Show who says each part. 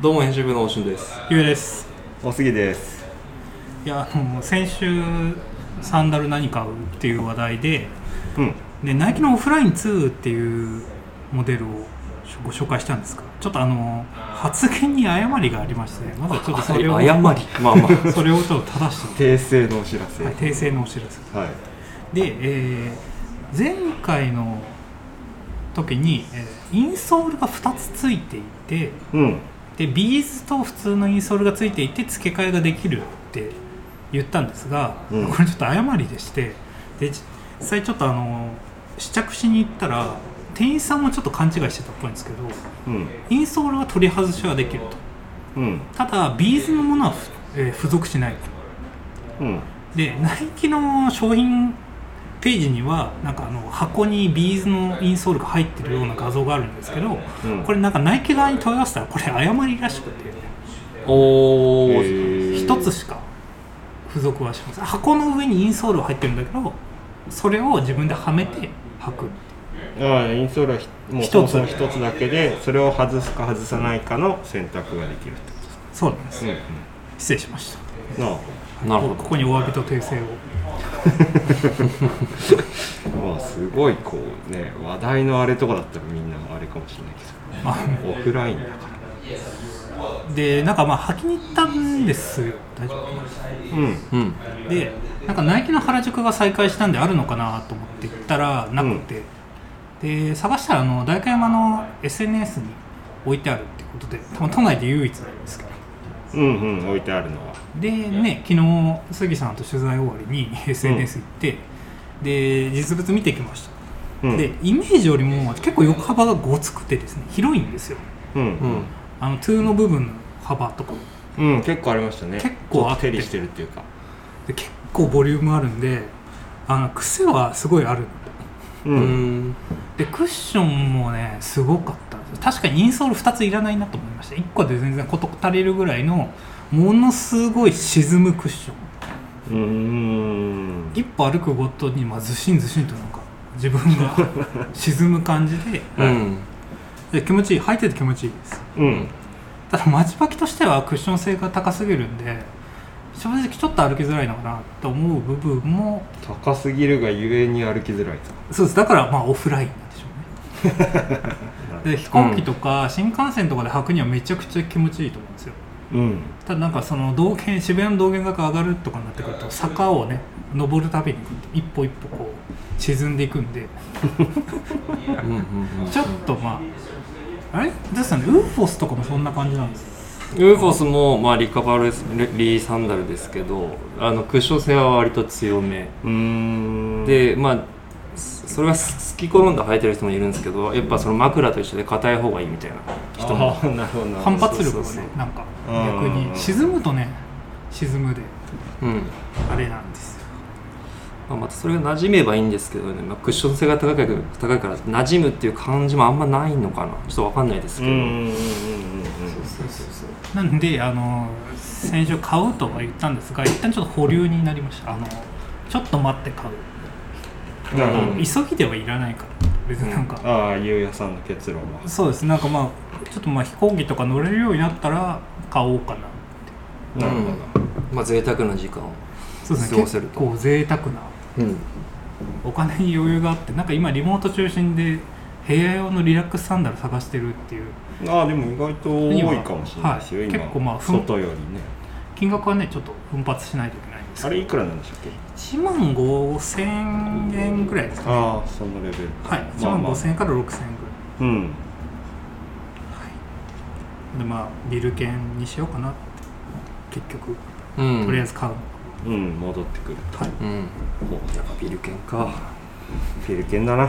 Speaker 1: どうも編集部のおしゅんです
Speaker 2: ゆえです
Speaker 3: おすぎです
Speaker 2: いやあの先週サンダル何買うっていう話題で
Speaker 3: うん
Speaker 2: でナイキのオフライン2っていうモデルをご紹介したんですかちょっとあの発言に誤りがありましてまずはちょっとそれを、
Speaker 1: あ誤り
Speaker 3: まあまあ
Speaker 2: それをちょっと正して、
Speaker 3: 訂正のお知らせ
Speaker 2: はい、訂正のお知らせ
Speaker 3: はい
Speaker 2: で、えー前回の時に、えーインソールが2つついていて
Speaker 3: うん
Speaker 2: でビーズと普通のインソールがついていて付け替えができるって言ったんですが、
Speaker 3: うん
Speaker 2: これちょっと誤りでしてで実際ちょっとあの試着しに行ったら店員さんもちょっと勘違いしてたっぽいんですけど
Speaker 3: うん
Speaker 2: インソールは取り外しはできると
Speaker 3: うん
Speaker 2: ただビーズのものはふ、えー付属しないと
Speaker 3: うん
Speaker 2: でナイキの商品ページにはなんかあの箱にビーズのインソールが入ってるような画像があるんですけど、
Speaker 3: うん
Speaker 2: これなんかナイキ側に問い合わせたらこれ誤りらしくて
Speaker 1: おお、
Speaker 2: 一つしか付属はしません箱の上にインソールは入ってるんだけどそれを自分ではめて履く
Speaker 3: ああインソールはひもう
Speaker 2: 一つ
Speaker 3: そもそも一つだけでそれを外すか外さないかの選択ができるってこ
Speaker 2: そうなんです
Speaker 3: とです
Speaker 2: 失礼しました
Speaker 3: うんな
Speaker 1: なるほ
Speaker 2: こここにお詫びと訂正を
Speaker 3: あまあすごいこうね話題のあれとかだったらみんなあれかもしれないけ
Speaker 2: まあ
Speaker 3: どオフラインだから
Speaker 2: でなんかまあ履きに行ったんですよ大丈夫か
Speaker 3: うん
Speaker 1: どうん
Speaker 2: なでなんかナイキの原宿が再開したんであるのかなと思って行ったらなくて、で探したらあの代官山の SNS に置いてあるってことで多分都内で唯一なんですけど
Speaker 3: うんうん置いてあるのは
Speaker 2: でね昨日杉さんと取材終わりに SNS 行って、で実物見てきました、
Speaker 3: うん
Speaker 2: でイメージよりも結構横幅がごつくてですね広いんですよ
Speaker 3: うん
Speaker 1: うん
Speaker 2: あのトゥーの部分の幅とかも
Speaker 3: うん、結構ありましたね
Speaker 2: 結構あって
Speaker 3: ちょと手にしてるっていうか
Speaker 2: で結構ボリュームあるんであの癖はすごいある
Speaker 3: う、
Speaker 1: うんん
Speaker 2: でクッションもねすごかったです確かにインソール2ついらないなと思いました1個で全然事足りるぐらいのものすごい沈むクッション
Speaker 3: うーん
Speaker 2: 一歩歩くごとにまあずしんずしんとなんか自分が沈む感じで
Speaker 1: うん
Speaker 2: で気持ちいい履いてて気持ちいいです
Speaker 3: うん
Speaker 2: ただ待ち履きとしてはクッション性が高すぎるんで正直ちょっと歩きづらいのかなと思う部分も
Speaker 3: 高すぎるがゆえに歩きづらいと
Speaker 2: そうですだからまあオフラインなんでしょうねで飛行機とか新幹線とかで履くにはめちゃくちゃ気持ちいいと思うんですよ
Speaker 3: うん
Speaker 2: ただなんかその道玄渋谷の道玄坂上がるとかになってくると坂をね登るたびに一歩一歩こう沈んでいくんで
Speaker 1: うんうん
Speaker 2: ちょっとまあ、あれですよね、ウーフォスとかもそんな感じなんです。
Speaker 1: ウーフォスも、まあ、リカバリーサンダルですけどあのクッション性は割と強め
Speaker 3: うーん
Speaker 1: でまあそそれはす好き好んで履いてる人もいるんですけどやっぱその枕と一緒で硬い方がいいみたいな人も
Speaker 3: あーなるほどなるほ
Speaker 2: 反
Speaker 3: ど
Speaker 2: 発力がね、
Speaker 1: そうそうそう
Speaker 2: なんか
Speaker 3: うん
Speaker 2: 逆に沈むとね、沈むで、
Speaker 1: うん
Speaker 2: あれなんですよ。
Speaker 1: まあ、またそれが馴染めばいいんですけどね、まあ、クッション性が高いから高いから馴染むっていう感じもあんまないのかなちょっとわかんないです
Speaker 3: う
Speaker 1: け
Speaker 3: ん
Speaker 1: ど、
Speaker 3: うんうんうんうん
Speaker 1: そうそうそう
Speaker 2: なんで、あの、先週買うとは言ったんですが、一旦ちょっと保留になりました。あの、ちょっと待って買う。
Speaker 3: なるほど
Speaker 2: 急ぎではいらないから、別になんか、
Speaker 3: ああゆうやさんの結論は
Speaker 2: そうです、なんかまあ、ちょっとまあ飛行機とか乗れるようになったら買おうかな。
Speaker 3: なるほど
Speaker 1: まあ贅沢な時間を
Speaker 2: そうです
Speaker 1: 過
Speaker 2: ね、
Speaker 1: ごせる
Speaker 2: 結
Speaker 1: と
Speaker 2: 構贅沢な。
Speaker 1: うん
Speaker 2: お金に余裕があってなんか今リモート中心で部屋用のリラックスサンダル探してるっていう
Speaker 3: ああでも意外と多いかもしれないですよ
Speaker 2: はい
Speaker 3: 今
Speaker 2: 結構まあふん
Speaker 3: 外よりね
Speaker 2: 金額はねちょっと奮発しないといけないんです
Speaker 3: あ
Speaker 2: けど
Speaker 3: れいくらなんでしたっけ
Speaker 2: 1万5000円ぐらいですかね
Speaker 3: ああそのレベル
Speaker 2: はい1
Speaker 3: まあ
Speaker 2: 万
Speaker 3: まあ
Speaker 2: 5000円から6000円ぐら
Speaker 3: うん
Speaker 2: いでまあビル券にしようかなって結局
Speaker 1: うん
Speaker 2: とりあえず買う、
Speaker 3: うん戻ってくる
Speaker 2: はい
Speaker 1: うんやっぱビル券か
Speaker 3: フィルケンだな